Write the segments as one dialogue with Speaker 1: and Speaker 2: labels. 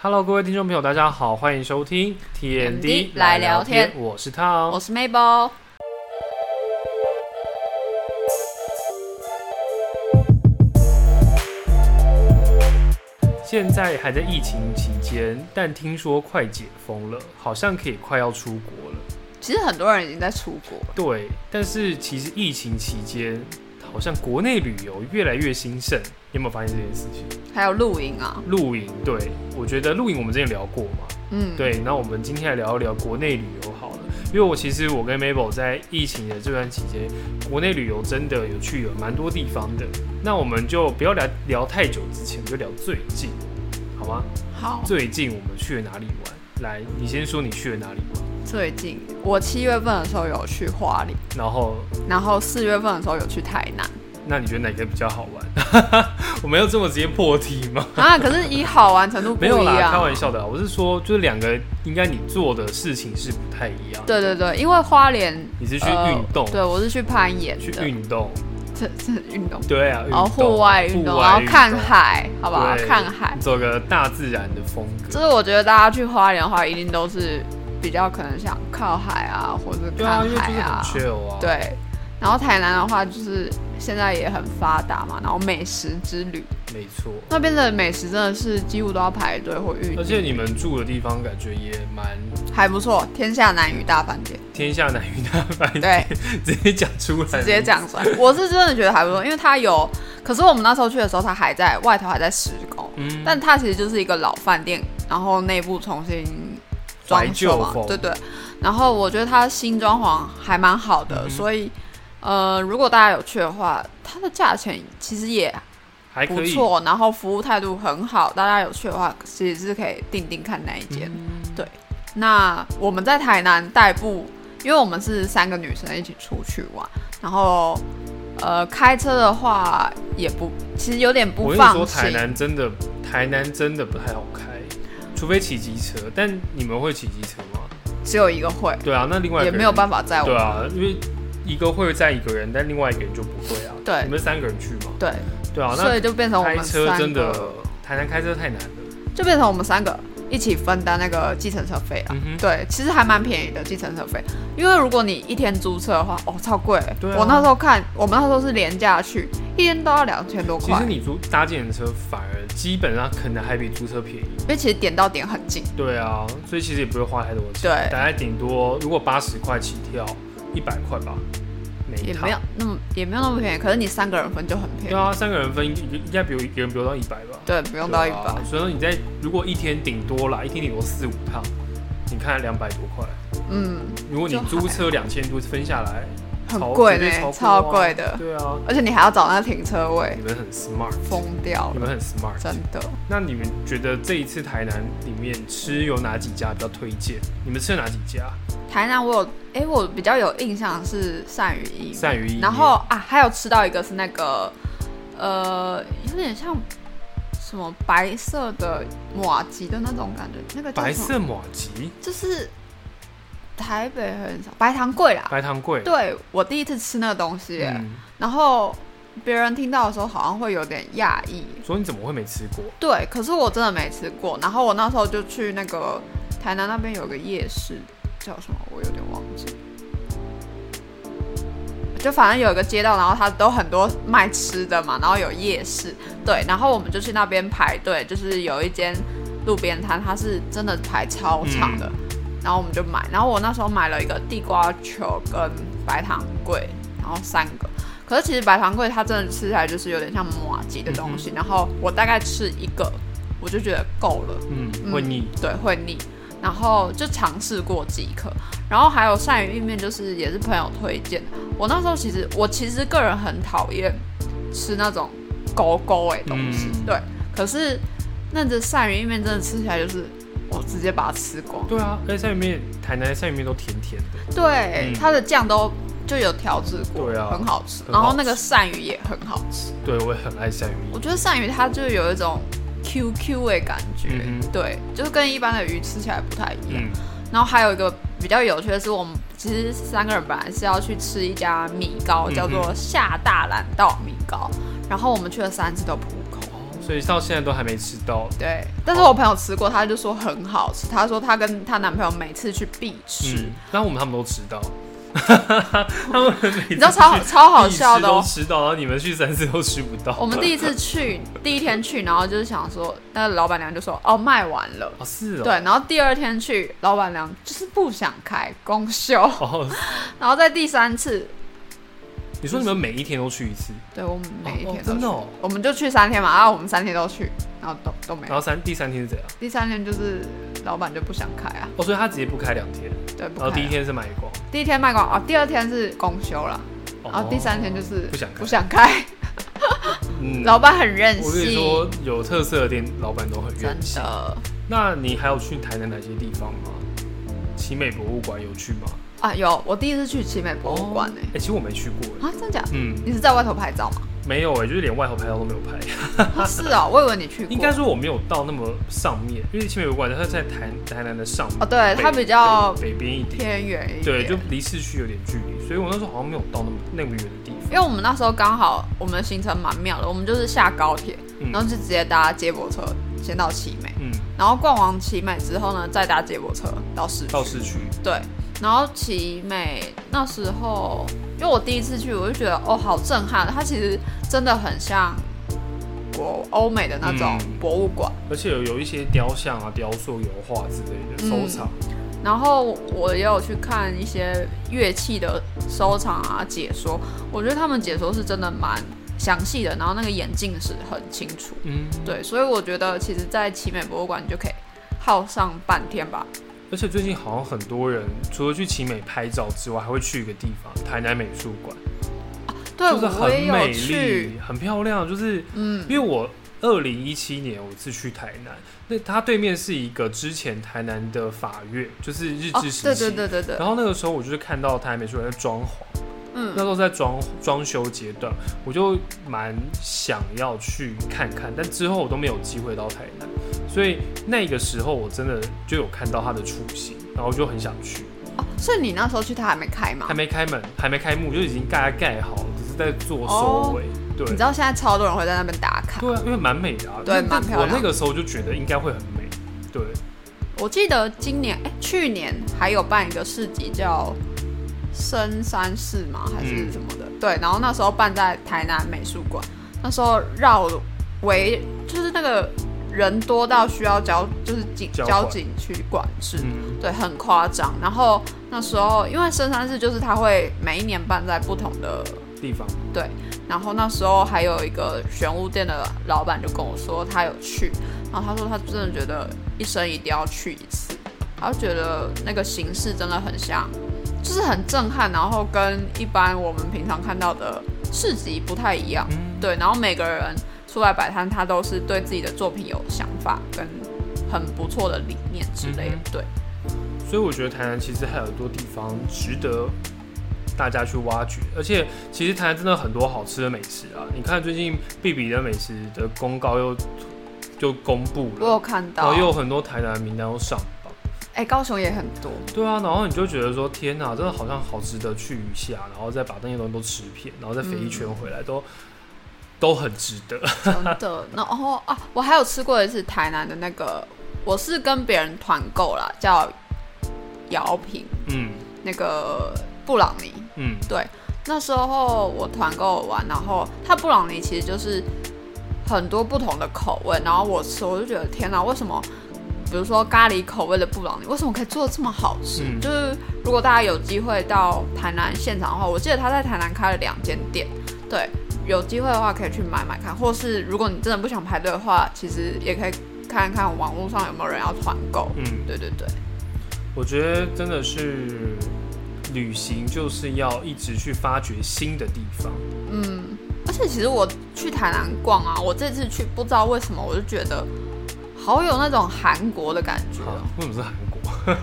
Speaker 1: Hello，各位听众朋友，大家好，欢迎收听 TND
Speaker 2: 来聊天
Speaker 1: 我是汤，
Speaker 2: 我是 Mabel。
Speaker 1: 现在还在疫情期间，但听说快解封了，好像可以快要出国了。
Speaker 2: 其实很多人已经在出国了，
Speaker 1: 对，但是其实疫情期间，好像国内旅游越来越兴盛，你有没有发现这件事情？
Speaker 2: 还有露营啊，
Speaker 1: 露营，对我觉得露营我们之前聊过嘛，
Speaker 2: 嗯，，
Speaker 1: 对，那我们今天来聊一聊国内旅游好了，因为我其实我跟 Mabel 在疫情的这段期间，国内旅游真的有去了蛮多地方的。那我们就不要聊聊太久之前，就聊最近，好吗？
Speaker 2: 好。
Speaker 1: 最近我们去了哪里玩？来，你先说你去了哪里玩，
Speaker 2: 最近我七月份的时候有去花莲，
Speaker 1: 然后
Speaker 2: 然后四月份的时候有去台南
Speaker 1: 那你觉得哪个比较好玩？ 我们要这么直接破题吗？
Speaker 2: 啊。可是以好玩程度不
Speaker 1: 没
Speaker 2: 一
Speaker 1: 有啦，开
Speaker 2: 样
Speaker 1: 玩。笑的啦。我是说，就是两个应该你做的事情是不太一样。，
Speaker 2: 对对对，因为花莲
Speaker 1: 你是去
Speaker 2: 呃
Speaker 1: 运动，
Speaker 2: 对我是去攀岩
Speaker 1: 去
Speaker 2: 的，
Speaker 1: 运动，
Speaker 2: 这这运动，
Speaker 1: 对啊，运
Speaker 2: 然后
Speaker 1: 动
Speaker 2: 哦户外运动，
Speaker 1: 户外
Speaker 2: 然后看
Speaker 1: 运动
Speaker 2: 海，好不好？
Speaker 1: 对
Speaker 2: 看海，
Speaker 1: 走个大自然的风
Speaker 2: 就
Speaker 1: 格。
Speaker 2: 是我觉得大家去花莲的话，一定都是比较可能想靠海啊，或者
Speaker 1: 对啊，
Speaker 2: 看
Speaker 1: 因为就是
Speaker 2: 海
Speaker 1: 很 chill 啊。，
Speaker 2: 对，然后台南的话就是现在也很发达嘛，然后美食之旅
Speaker 1: 没错。
Speaker 2: 那边的美食真的是几乎都要排队或预
Speaker 1: 而且你们住的地方感觉也蛮
Speaker 2: 还不错，天下南语大饭 店，
Speaker 1: 天下难遇大白，
Speaker 2: 对，
Speaker 1: 直接讲出来，
Speaker 2: 直接。讲出来，我是真的觉得还不错，因为它有，可是我们那时候去的时候，它还在外头还在施工，
Speaker 1: 嗯，
Speaker 2: 但它其实就是一个老饭店，然后内部重新
Speaker 1: 怀
Speaker 2: 装
Speaker 1: 旧
Speaker 2: 修嘛
Speaker 1: 风，
Speaker 2: 对对。然后我觉得它新装潢还蛮好
Speaker 1: 嗯
Speaker 2: 的，
Speaker 1: 哼
Speaker 2: 所以呃，如果大家有去的话，它的价钱其实也
Speaker 1: 还
Speaker 2: 不
Speaker 1: 可以。
Speaker 2: 错，然后服务态度很好，大家有去的话，其实是可以定定看那一间。
Speaker 1: 嗯
Speaker 2: 对，那我们在台南代步，因为我们是三个女生一起出去玩，然后呃开车的话也不，其实有点不
Speaker 1: 我跟你说，
Speaker 2: 放
Speaker 1: 台
Speaker 2: 心。
Speaker 1: 南真的，台南真的不太好开，除非骑机车。但你们会骑机车吗？
Speaker 2: 只有一个会，
Speaker 1: 对啊，那另外一
Speaker 2: 也
Speaker 1: 个人
Speaker 2: 没有办法载我。
Speaker 1: 对啊，因为一个会载一个人，但另外一个人就不会啊。
Speaker 2: 对
Speaker 1: 你们三个人去吗？
Speaker 2: 对，
Speaker 1: 对啊，
Speaker 2: 所
Speaker 1: 那
Speaker 2: 以就变成我
Speaker 1: 开
Speaker 2: 们三
Speaker 1: 车
Speaker 2: 个，
Speaker 1: 真的，台南开车太难了。
Speaker 2: 就变成我们三个一起分担那个计程车费啊。
Speaker 1: 嗯哼。
Speaker 2: 对，其实还蛮便宜的计程车费，因为如果你一天租车的话，哦，超贵。
Speaker 1: 对啊
Speaker 2: 我那时候看，我们那时候是廉价去，一天都要两千多
Speaker 1: 其
Speaker 2: 块
Speaker 1: 实，你租搭计程车反而基本上可能还比租车便宜。
Speaker 2: 因为其实点到点很近。
Speaker 1: 对啊，所以其实也不会花太多钱，
Speaker 2: 对
Speaker 1: 大概顶多如果八十块起跳，一百块吧，每一
Speaker 2: 也
Speaker 1: 趟
Speaker 2: 没有。那么也没有那么便宜，可是你三个人分就很便
Speaker 1: 对
Speaker 2: 宜，
Speaker 1: 啊，三个人分一个应该比我一个人不用到一百吧，
Speaker 2: 对，不用到一
Speaker 1: 对
Speaker 2: 百、
Speaker 1: 啊所以说你在如果一天顶多啦，一天顶多四五趟，你看两百多块，
Speaker 2: 嗯，
Speaker 1: 如果你
Speaker 2: 就还
Speaker 1: 租车两千多分下来，
Speaker 2: 很
Speaker 1: 超
Speaker 2: 贵
Speaker 1: 绝对
Speaker 2: 呢，
Speaker 1: 超
Speaker 2: 超
Speaker 1: 过啊
Speaker 2: 贵的，
Speaker 1: 对啊，
Speaker 2: 而且你还要找那个停车位
Speaker 1: 你，们很 smart，
Speaker 2: 疯掉
Speaker 1: 你
Speaker 2: 了，
Speaker 1: 们很 smart，
Speaker 2: 真的。
Speaker 1: 那你们觉得这一次台南里面吃有哪几家比较推荐？你们吃了哪几家？
Speaker 2: 台南我有，哎、我比较有印象是鳝鱼意面
Speaker 1: 鳝鱼意面
Speaker 2: 然后啊，还有吃到一个是那个，呃，有点像什么白色的马吉的那种感觉，那个叫
Speaker 1: 白
Speaker 2: 什么
Speaker 1: 色马吉、
Speaker 2: 就是台北很少白糖桂啦。
Speaker 1: 白糖桂。
Speaker 2: 对我第一次吃那个东西耶、
Speaker 1: 嗯，
Speaker 2: 然后别人听到的时候好像会有点讶异，
Speaker 1: 所以你怎么会没吃过？
Speaker 2: 对，可是我真的没吃过。然后我那时候就去那个台南那边有个夜市，叫什么我有点忘记。就反正有一个街道，然后它都很多卖吃的嘛，然后有夜市，对，然后我们就去那边排队，就是有一间路边摊，它是真的排超长的，然后我们就买，然后我那时候买了一个地瓜球跟白糖桂，然后三个，可是其实白糖桂它真的吃起来就是有点像麻吉的东
Speaker 1: 嗯
Speaker 2: 西，然后我大概吃一个，我就觉得够了，
Speaker 1: 嗯，
Speaker 2: 嗯
Speaker 1: 会腻。
Speaker 2: 对，会腻。然后就尝试过即可，然后还有鳝鱼意面，就是也是朋友推荐的。我那时候其实我其实个人很讨厌吃那种勾勾哎东西，
Speaker 1: 嗯
Speaker 2: 对。可是那只鳝鱼意面真的吃起来就是我直接把它吃光，
Speaker 1: 对啊，而且鳝鱼面，台南的鳝鱼面都甜甜的。
Speaker 2: 对，
Speaker 1: 嗯
Speaker 2: 它的酱都就有调制过，
Speaker 1: 对啊
Speaker 2: 很好吃。
Speaker 1: 很好吃
Speaker 2: 然后那个鳝鱼也很好吃，
Speaker 1: 对，我也很爱鳝鱼
Speaker 2: 我
Speaker 1: 面。
Speaker 2: 觉得鳝鱼它就有一种 QQ 的感觉，
Speaker 1: 嗯哼
Speaker 2: 对，就是跟一般的鱼吃起来不太一样。
Speaker 1: 嗯，
Speaker 2: 然后还有一个比较有趣的是，我们其实三个人本来是要去吃一家米
Speaker 1: 嗯
Speaker 2: 糕，
Speaker 1: 哼
Speaker 2: 叫做下大兰道米糕，然后我们去了三次都扑空。
Speaker 1: 哦，所以到现在都还没吃到。
Speaker 2: 对，但是我朋友吃过，他就说很好吃。他说他跟她男朋友每次去必吃，
Speaker 1: 嗯，但我们他们都吃 到，他们你
Speaker 2: 你知道超超好笑的
Speaker 1: 都
Speaker 2: 哦。
Speaker 1: 吃到，然后你们去三次都吃不到。
Speaker 2: 我们第一次去，第一天去，然后就是想说，那老板娘就说哦卖完了，
Speaker 1: 哦是哦，
Speaker 2: 对，然后第二天去，老板娘就是不想开公休，
Speaker 1: 哦，
Speaker 2: 然后在第三次，
Speaker 1: 你说你们每一天都去一次，
Speaker 2: 对我们每一
Speaker 1: 哦
Speaker 2: 天
Speaker 1: 哦
Speaker 2: 都
Speaker 1: 真
Speaker 2: 去，
Speaker 1: 的哦，
Speaker 2: 我们就去三天嘛，然啊后我们三天都去，然后都都没
Speaker 1: 然
Speaker 2: 有，
Speaker 1: 后三第三天是怎样？
Speaker 2: 第三天就是老板就不想开啊，
Speaker 1: 哦，所以他直接不开两天，
Speaker 2: 对，不
Speaker 1: 然后
Speaker 2: 开啊
Speaker 1: 第一
Speaker 2: 了
Speaker 1: 天是买光，
Speaker 2: 第一天卖光哦，第二天是公休了，
Speaker 1: 哦
Speaker 2: 然后第三天就是
Speaker 1: 不想开
Speaker 2: 不想开，
Speaker 1: 嗯
Speaker 2: 老板很任
Speaker 1: 我跟你
Speaker 2: 性，
Speaker 1: 说，有特色的店老板都很
Speaker 2: 真
Speaker 1: 任性。
Speaker 2: 的
Speaker 1: 那你还有去台南哪些地方吗？奇美博物馆有去吗？
Speaker 2: 啊，有我第一次去奇美博物馆呢、欸
Speaker 1: 哎、其实我没去过、哎
Speaker 2: 啊，真假的？
Speaker 1: 嗯，
Speaker 2: 你是在外头拍照吗？
Speaker 1: 没有哎、就是连外头拍照都没有拍。
Speaker 2: 啊是哦，我以为你去过。
Speaker 1: 应该说我没有到那么上面，因为奇美博物馆它在台台南的上面，
Speaker 2: 哦，对，
Speaker 1: 北
Speaker 2: 它比较
Speaker 1: 北北边一点，
Speaker 2: 偏远一点。
Speaker 1: 对，就离市区有点距离，所以我那时候好像没有到那么那么远的地方。
Speaker 2: 因为我们那时候刚好我们的行程蛮妙的，我们就是下高铁，
Speaker 1: 嗯
Speaker 2: 然后就直接搭接驳车先到奇美，
Speaker 1: 嗯，
Speaker 2: 然后逛完奇美之后呢，再搭接驳车到市区。
Speaker 1: 到市区，
Speaker 2: 对，然后奇美那时候，因为我第一次去，我就觉得哦，好震撼，它其实真的很像国欧美的那种
Speaker 1: 嗯
Speaker 2: 博物馆。
Speaker 1: 而且有有一些雕像啊、雕塑、油画之类
Speaker 2: 嗯
Speaker 1: 的收藏。
Speaker 2: 然后我也有去看一些乐器的收藏啊、解说，我觉得他们解说是真的蛮详细的，然后那个眼镜是很清楚。
Speaker 1: 嗯，
Speaker 2: 对，所以我觉得其实，在奇美博物馆你就可以耗上半天吧。
Speaker 1: 而且最近好像很多人除了去奇美拍照之外，还会去一个地方——台南美术馆，
Speaker 2: 对，
Speaker 1: 就是
Speaker 2: 我
Speaker 1: 很
Speaker 2: 也
Speaker 1: 美
Speaker 2: 有去，
Speaker 1: 丽、很漂亮。就是
Speaker 2: 嗯
Speaker 1: 因，为我二零一七年我是去台南，那它对面是一个之前台南的法院，就是日
Speaker 2: 哦
Speaker 1: 治时，期。
Speaker 2: 对对对对对，
Speaker 1: 然后那个时候我就是看到台南美术馆在装潢，那
Speaker 2: 嗯，
Speaker 1: 时候在装装修阶段，我就蛮想要去看看，但之后我都没有机会到台南，所以那个时候我真的就有看到它的雏形，然后就很想去，
Speaker 2: 哦，所以你那时候去它还没开吗
Speaker 1: 还？没开门，还没开幕就已经盖盖好了，只是在做收尾，对
Speaker 2: 你知，道现在超多人会在那边打卡，
Speaker 1: 对啊，因为蛮美的啊，
Speaker 2: 对
Speaker 1: 那
Speaker 2: 蛮漂亮
Speaker 1: 我那个时候就觉得应该会很美，对，
Speaker 2: 我记得今年哎、去年还有办一个市集叫深山市吗？还
Speaker 1: 嗯
Speaker 2: 是什么的？对，然后那时候办在台南美术馆，那时候绕围就是那个人多到需要交就是警
Speaker 1: 交
Speaker 2: 交
Speaker 1: 管
Speaker 2: 警去管制，
Speaker 1: 嗯，
Speaker 2: 对，很夸张。然后那时候因为深山市就是它会每一年办在不同的
Speaker 1: 地方，
Speaker 2: 对，然后那时候还有一个玄武店的老板就跟我说他有去，然后他说他真的觉得一生一定要去一次，他就觉得那个形式真的很像，就是很震撼，然后跟一般我们平常看到的市集不太一样。
Speaker 1: 嗯，
Speaker 2: 对，然后每个人出来摆摊，他都是对自己的作品有想法跟很不错的理念之类的
Speaker 1: 嗯。
Speaker 2: 对，
Speaker 1: 所以我觉得台南其实还有很多地方值得大家去挖掘，而且其实台南真的很多好吃的美食啊！你看最近必比的美食的公告又就公布
Speaker 2: 我有
Speaker 1: 了，
Speaker 2: 看
Speaker 1: 然后
Speaker 2: 到，
Speaker 1: 又有很多台南名单都上榜。
Speaker 2: 哎、高雄也很多。
Speaker 1: 对啊，然后你就觉得说天哪，真的好像好值得去一下，然后再把那些东西都吃遍，然后再飞一圈回来，都都很值得。
Speaker 2: 真的。 然后啊，我还有吃过一次台南的那个，我是跟别人团购啦，叫瑶品
Speaker 1: 嗯
Speaker 2: 那个布朗尼。
Speaker 1: 嗯
Speaker 2: 那时候我团购完，然后它布朗尼其实就是很多不同的口味，然后我吃我就觉得天哪，为什么？比如说咖喱口味的布朗尼，为什么可以做的这么好吃？
Speaker 1: 嗯
Speaker 2: 就是如果大家有机会到台南现场的话，我记得他在台南开了两间店，对，有机会的话可以去买买看，或是如果你真的不想排队的话，其实也可以看看网络上有没有人要团购。
Speaker 1: 嗯。
Speaker 2: 对对对，
Speaker 1: 我觉得真的是旅行就是要一直去发掘新的地方。
Speaker 2: 嗯，而且其实我去台南逛啊，我这次去不知道为什么，我就觉得好有那种韩国的感觉
Speaker 1: 啊
Speaker 2: 哦、
Speaker 1: 为什么是韩国？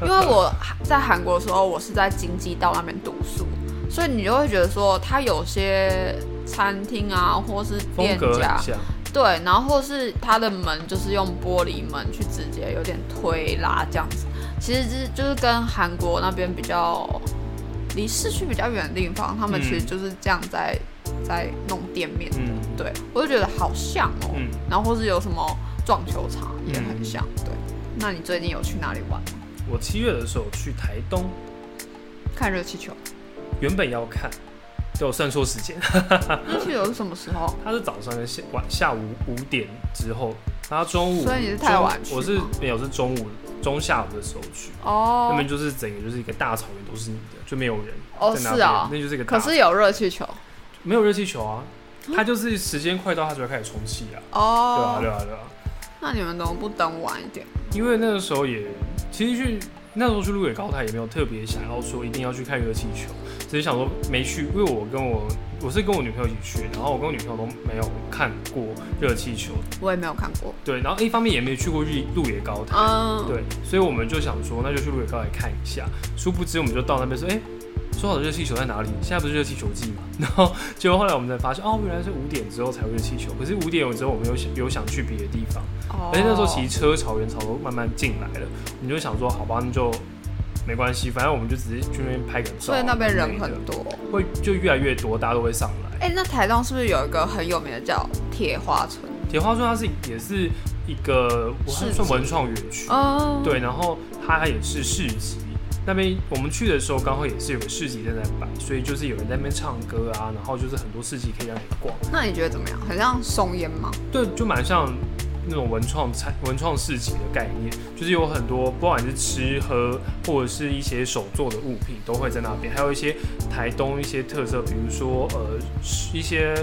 Speaker 2: 因为我在韩国的时候，我是在京畿道那边读书，所以你就会觉得说，它有些餐厅啊，或是
Speaker 1: 风
Speaker 2: 店
Speaker 1: 格很
Speaker 2: 家，
Speaker 1: 像，
Speaker 2: 对，然后或是它的门就是用玻璃门去直接有点推拉这样子，其实就是就是跟韩国那边比较离市区比较远的地方，他们
Speaker 1: 嗯
Speaker 2: 其实就是这样在在弄店面，
Speaker 1: 嗯
Speaker 2: 对我就觉得好像哦、
Speaker 1: 嗯，
Speaker 2: 然后或是有什么撞球场也很
Speaker 1: 嗯
Speaker 2: 像，对。那你最近有去哪里玩吗？
Speaker 1: 我七月的时候去台东，
Speaker 2: 看热气球，
Speaker 1: 原本要看，对我算错时间， 啊
Speaker 2: 热气球是什么时候？
Speaker 1: 他是早上跟下晚下午五点之后，然后中午，
Speaker 2: 所以你是太晚去
Speaker 1: 中我是
Speaker 2: 吗
Speaker 1: 没有是中午中下午的时候去，那
Speaker 2: 哦
Speaker 1: 边就是整个就是一个大草原，都是你的，就没有人
Speaker 2: 哦
Speaker 1: 在那
Speaker 2: 是
Speaker 1: 边，
Speaker 2: 啊、
Speaker 1: 那就是一个
Speaker 2: 可
Speaker 1: 大，
Speaker 2: 是有热气球
Speaker 1: 没有热气球啊，它就是时间快到，它就会开始充气啊，对啊
Speaker 2: 哦。
Speaker 1: 对啊对啊，
Speaker 2: 那你们怎么不等晚一点？
Speaker 1: 因为那个时候也其实去那时候去鹿野高台也没有特别想要说一定要去看热气球，只是想说没去，因为我跟我我是跟我女朋友一起去，然后我跟我女朋友都没有看过热气球，
Speaker 2: 我也没有看过。
Speaker 1: 对，然后一方面也没去过日鹿野高台，
Speaker 2: 嗯，
Speaker 1: 对，所以我们就想说，那就去鹿野高台看一下。殊不知，我们就到那边说，哎、说好的热气球在哪里？现在不是热气球季嘛？ 然后结果后来我们才发现，哦，原来是五点之后才有热气球。可是五点之后，我们有想有想去别的地方，
Speaker 2: 哦
Speaker 1: 而哎且那时候其实车潮人潮都慢慢进来了，我们就想说，好吧，那就没关系，反正我们就只是去那边拍个照。
Speaker 2: 所以那边人
Speaker 1: 之类
Speaker 2: 很多。
Speaker 1: 的会就越来越多，大家都会上来。
Speaker 2: 哎、那台东是不是有一个很有名的叫铁花村？
Speaker 1: 铁花村它是也是一个，我
Speaker 2: 市集
Speaker 1: 算文创园区。
Speaker 2: 哦，
Speaker 1: 对，然后它也是市集，那边我们去的时候刚好也是有个市集正在摆，所以就是有人在那边唱歌啊，然后就是很多市集可以让你逛，
Speaker 2: 那你觉得怎么样？很像松烟吗？
Speaker 1: 对，就蛮像那种文创产文创市集的概念，就是有很多不管是吃喝或者是一些手做的物品都会在那边，还有一些台东一些特色，比如说呃一些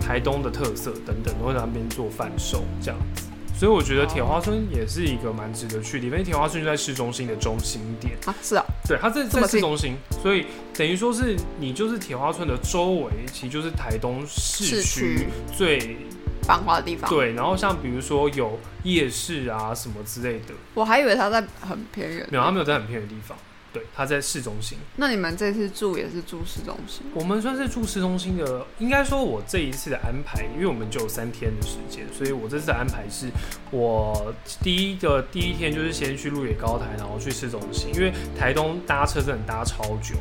Speaker 1: 台东的特色等等，都会在那边做贩售这样子。所以我觉得铁花
Speaker 2: 哦
Speaker 1: 村也是一个蛮值得去的地方，因为铁花村就在市中心的中心点。
Speaker 2: 啊，是啊，
Speaker 1: 对，它在
Speaker 2: 这
Speaker 1: 在
Speaker 2: 么
Speaker 1: 市
Speaker 2: 近
Speaker 1: 中心，所以等于说是你就是铁花村的周围，其实就是台东市
Speaker 2: 市
Speaker 1: 区
Speaker 2: 区
Speaker 1: 最
Speaker 2: 繁华的地方。，
Speaker 1: 对。然后像比如说有夜市啊什么之类的，
Speaker 2: 我还以为它在很偏远。
Speaker 1: 没有，它没有在很偏远的地方。对，它在市中心。
Speaker 2: 那你们这次住也是住市中心？
Speaker 1: 我们算是住市中心的，应该说我这一次的安排，因为我们只有三天的时间，所以我这次的安排是我第一个第一天就是先去鹿野高台，然后去市中心，因为台东搭车真的搭超久。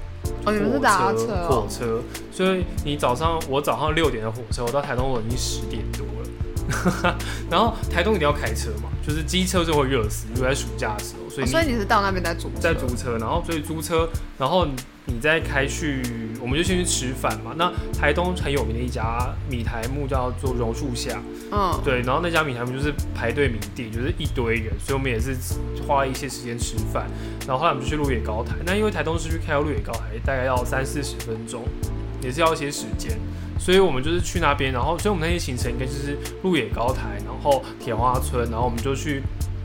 Speaker 2: 哦，你们是搭车
Speaker 1: 火
Speaker 2: 哦。
Speaker 1: 车，所以你早上我早上六点的火车，我到台东我已经十点多了。 然后台东一定要开车嘛，就是机车就会热死，因为在暑假的时候，所以
Speaker 2: 哦
Speaker 1: 你
Speaker 2: 所以你是到那边再租？
Speaker 1: 在租。车，然后所以租车，然后你你再开去，我们就先去吃饭嘛。那台东很有名的一家米台木叫做榕树下，
Speaker 2: 嗯，
Speaker 1: 对，然后那家米台木就是排队名店，就是一堆人，所以我们也是花了一些时间吃饭。然后后来我们就去鹿野高台，那因为台东市区开到鹿野高台大概要三四十分钟，也是要一些时间，所以我们就是去那边，然后所以我们那些行程应该就是鹿野高台，然后铁花村，然后我们就去。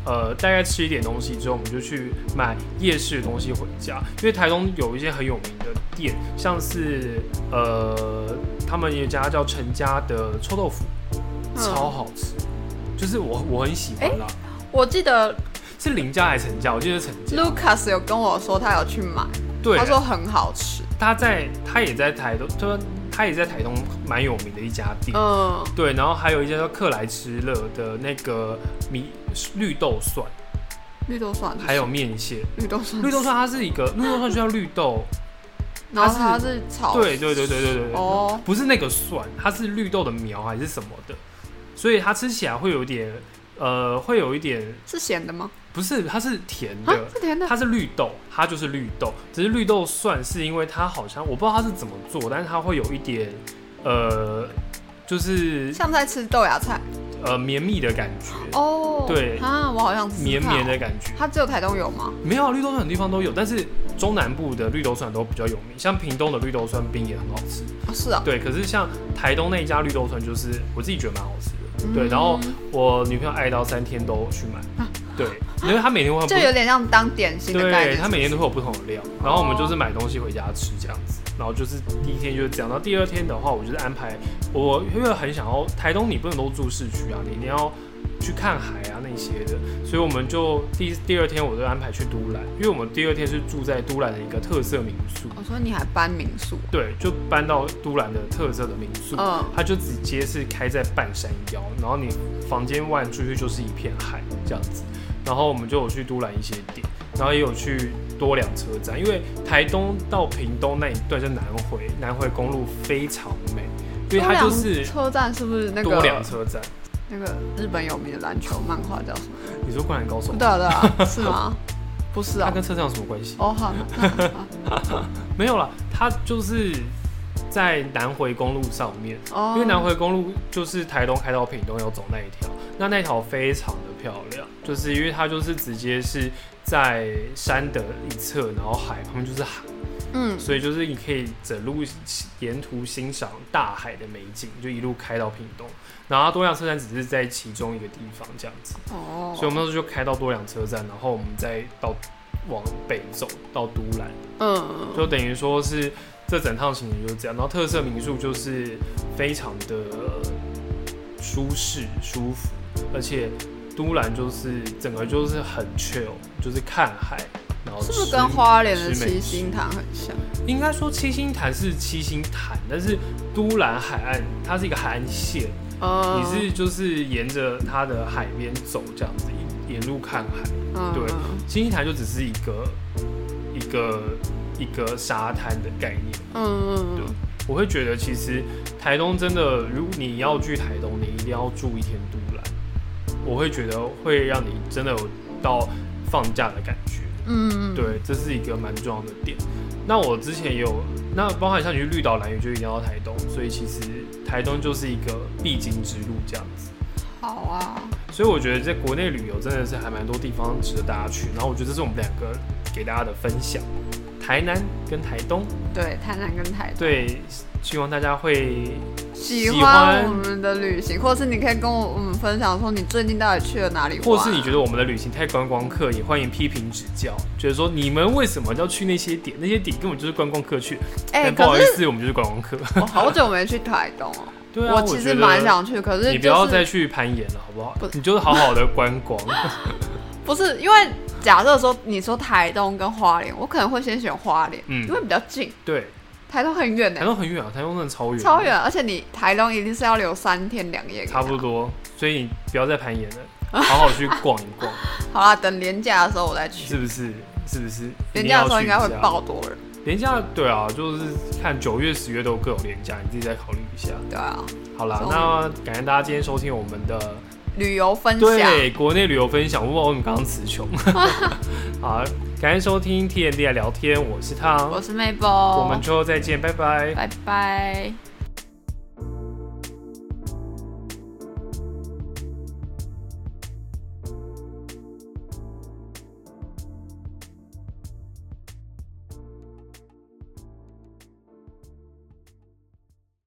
Speaker 1: 呃，大概吃一点东西之后，我们就去买夜市的东西回家。因为台东有一些很有名的店，像是呃，他们有一家叫陈家的臭豆腐，
Speaker 2: 嗯
Speaker 1: 超好吃，就是我我很喜欢啦。
Speaker 2: 我记得
Speaker 1: 是林家还是陈家？我记得是陈家。
Speaker 2: Lucas 有跟我说他有去买，
Speaker 1: 对，
Speaker 2: 他说很好吃。
Speaker 1: 他在他也在台东，他说他也在台东蛮有名的一家店。
Speaker 2: 嗯，
Speaker 1: 对，然后还有一家叫克莱吃乐的那个米绿豆蒜，
Speaker 2: 绿豆蒜是
Speaker 1: 还有面线。
Speaker 2: 绿豆蒜，
Speaker 1: 绿豆，蒜它是一个绿豆蒜需要绿豆，
Speaker 2: 然后
Speaker 1: 它
Speaker 2: 它
Speaker 1: 是
Speaker 2: 是炒
Speaker 1: 对对对对对对对，
Speaker 2: 哦，
Speaker 1: 不是那个蒜，它是绿豆的苗还是什么的，所以它吃起来会有点呃，会有一点
Speaker 2: 是咸的吗？
Speaker 1: 不是，它是甜
Speaker 2: 啊
Speaker 1: 的，，
Speaker 2: 是甜的。
Speaker 1: 它是绿豆，它就是绿豆，只是绿豆蒜是因为它好像我不知道它是怎么做，但是它会有一点呃，就是
Speaker 2: 像在吃豆芽菜
Speaker 1: 呃绵密的感觉，
Speaker 2: 哦。
Speaker 1: 对
Speaker 2: 啊，我好像
Speaker 1: 绵绵的。感觉。
Speaker 2: 它只有台东有吗？
Speaker 1: 没有啊绿豆蒜的地方都有，但是中南部的绿豆蒜都比较有名，像屏东的绿豆蒜冰也很好吃。
Speaker 2: 哦，是啊。
Speaker 1: 对，可是像台东那一家绿豆蒜，就是我自己觉得蛮好吃的。对，
Speaker 2: 嗯
Speaker 1: 然后我女朋友爱到三天都去买，对，因为她每天会有不
Speaker 2: 就有点像当点心的概
Speaker 1: 对，
Speaker 2: 念。
Speaker 1: 它每天都会有不同的料，然后我们就是买东西回家吃这样子，然后就是第一天就是这样，然后第二天的话，我就是安排我因为很想要台东，你不能都住市区啊，你一定要去看海啊那些的，所以我们就第第二天我就安排去都兰，因为我们第二天是住在都兰的一个特色民宿，
Speaker 2: 我哦说你还搬民宿，
Speaker 1: 对，就搬到都兰的特色的民宿，
Speaker 2: 嗯，
Speaker 1: 它就直接是开在半山腰，然后你房间外出去就是一片海这样子。然后我们就有去都兰一些点，然后也有去多良车站，因为台东到屏东那一段叫南回，南回公路非常美，因因为它就
Speaker 2: 多
Speaker 1: 是
Speaker 2: 良车站是不是那
Speaker 1: 多
Speaker 2: 个
Speaker 1: 良车站。
Speaker 2: 那个日本有名的篮球漫画叫什么？
Speaker 1: 你说《灌篮高手》
Speaker 2: 对
Speaker 1: 吗，
Speaker 2: 啊 对啊，是吗？不是
Speaker 1: 它
Speaker 2: 啊。
Speaker 1: 跟车站有什么关系？
Speaker 2: 哦好，那那好
Speaker 1: 没有啦，它就是在南回公路上面，
Speaker 2: 哦，
Speaker 1: 因为南回公路就是台东开到屏东要走那一条，那那条非常的漂亮，就是因为它就是直接是在山的一侧，然后海旁边就是海，
Speaker 2: 嗯
Speaker 1: 所以就是你可以整路沿途欣赏大海的美景，就一路开到屏东。然后它多良车站只是在其中一个地方这样子，
Speaker 2: 哦，
Speaker 1: 所以我们那时候就开到多良车站，然后我们再到往北走到都兰。
Speaker 2: 嗯
Speaker 1: 就等于说是这整趟行程就是啊这样。然后特色民宿就是非常的呃舒适舒服，而且都兰就是整个就是很 chill，就是看海，然后
Speaker 2: 是不是
Speaker 1: 吃
Speaker 2: 跟花莲的
Speaker 1: 吃美食
Speaker 2: 七星潭很像？
Speaker 1: 应该说七星潭是七星潭，但是都兰海岸它是一个海岸线，
Speaker 2: 哦，
Speaker 1: 你是就是沿着它的海边走这样子，一沿路看海。
Speaker 2: 嗯
Speaker 1: 对
Speaker 2: 嗯
Speaker 1: 七星潭就只是一个一个一个沙滩的概念。
Speaker 2: 嗯
Speaker 1: 对
Speaker 2: 嗯
Speaker 1: 我会觉得其实台东真的，如果你要去台东，你一定要住一天都兰，我会觉得会让你真的有到放假的感觉。
Speaker 2: 嗯，嗯，
Speaker 1: 对，这是一个蛮重要的点。那我之前也有，那包含像你去绿岛、蓝屿，就一定要到台东，所以其实台东就是一个必经之路这样子。
Speaker 2: 好啊，
Speaker 1: 所以我觉得在国内旅游真的是还蛮多地方值得大家去。然后我觉得这是我们两个给大家的分享，台南跟台东。
Speaker 2: 对，台南跟台东。
Speaker 1: 对，希望大家会
Speaker 2: 喜
Speaker 1: 喜
Speaker 2: 欢
Speaker 1: 欢
Speaker 2: 我们的旅行，或是你可以跟我们分享说你最近到底去了哪里玩，
Speaker 1: 或是你觉得我们的旅行太观光客，也欢迎批评指教，觉得说你们为什么要去那些点？那些点根本就是观光客去。
Speaker 2: 哎、
Speaker 1: 但不好
Speaker 2: 可
Speaker 1: 意
Speaker 2: 是
Speaker 1: 思，我们就是观光客。
Speaker 2: 我好久没去台东哦、
Speaker 1: 对啊，
Speaker 2: 我
Speaker 1: 我
Speaker 2: 其
Speaker 1: 觉
Speaker 2: 实
Speaker 1: 得
Speaker 2: 蛮想去，可是、就是、
Speaker 1: 你不要再去攀岩了，好不好？
Speaker 2: 不
Speaker 1: 你就是好好的观 光。
Speaker 2: 不是因为假设说你说台东跟花莲，我可能会先选花莲，
Speaker 1: 嗯
Speaker 2: 因为比较近，
Speaker 1: 对，
Speaker 2: 台东很远呢、欸
Speaker 1: 台东很远啊，台东真的超远，
Speaker 2: 超，远，啊而且你台东一定是要留三天两夜，
Speaker 1: 差不。多。所以你不要再攀岩了，好好去逛一逛，
Speaker 2: 好啦，等年假的时候我再
Speaker 1: 是
Speaker 2: 去，
Speaker 1: 不是？是不是？
Speaker 2: 年假的时候应该会
Speaker 1: 爆。
Speaker 2: 爆多人，
Speaker 1: 廉价对啊，就是看九月、十月都各有廉价，你自己再考虑一下。
Speaker 2: 对啊，
Speaker 1: 好啦
Speaker 2: 懂，
Speaker 1: 那感谢大家今天收听我们的
Speaker 2: 旅游分享，
Speaker 1: 对国内旅游分享。我们刚刚词穷，好，感谢收听 TND 来聊天，我是汤，
Speaker 2: 我是 Maple，
Speaker 1: 我们之后再见，拜拜。
Speaker 2: 拜拜。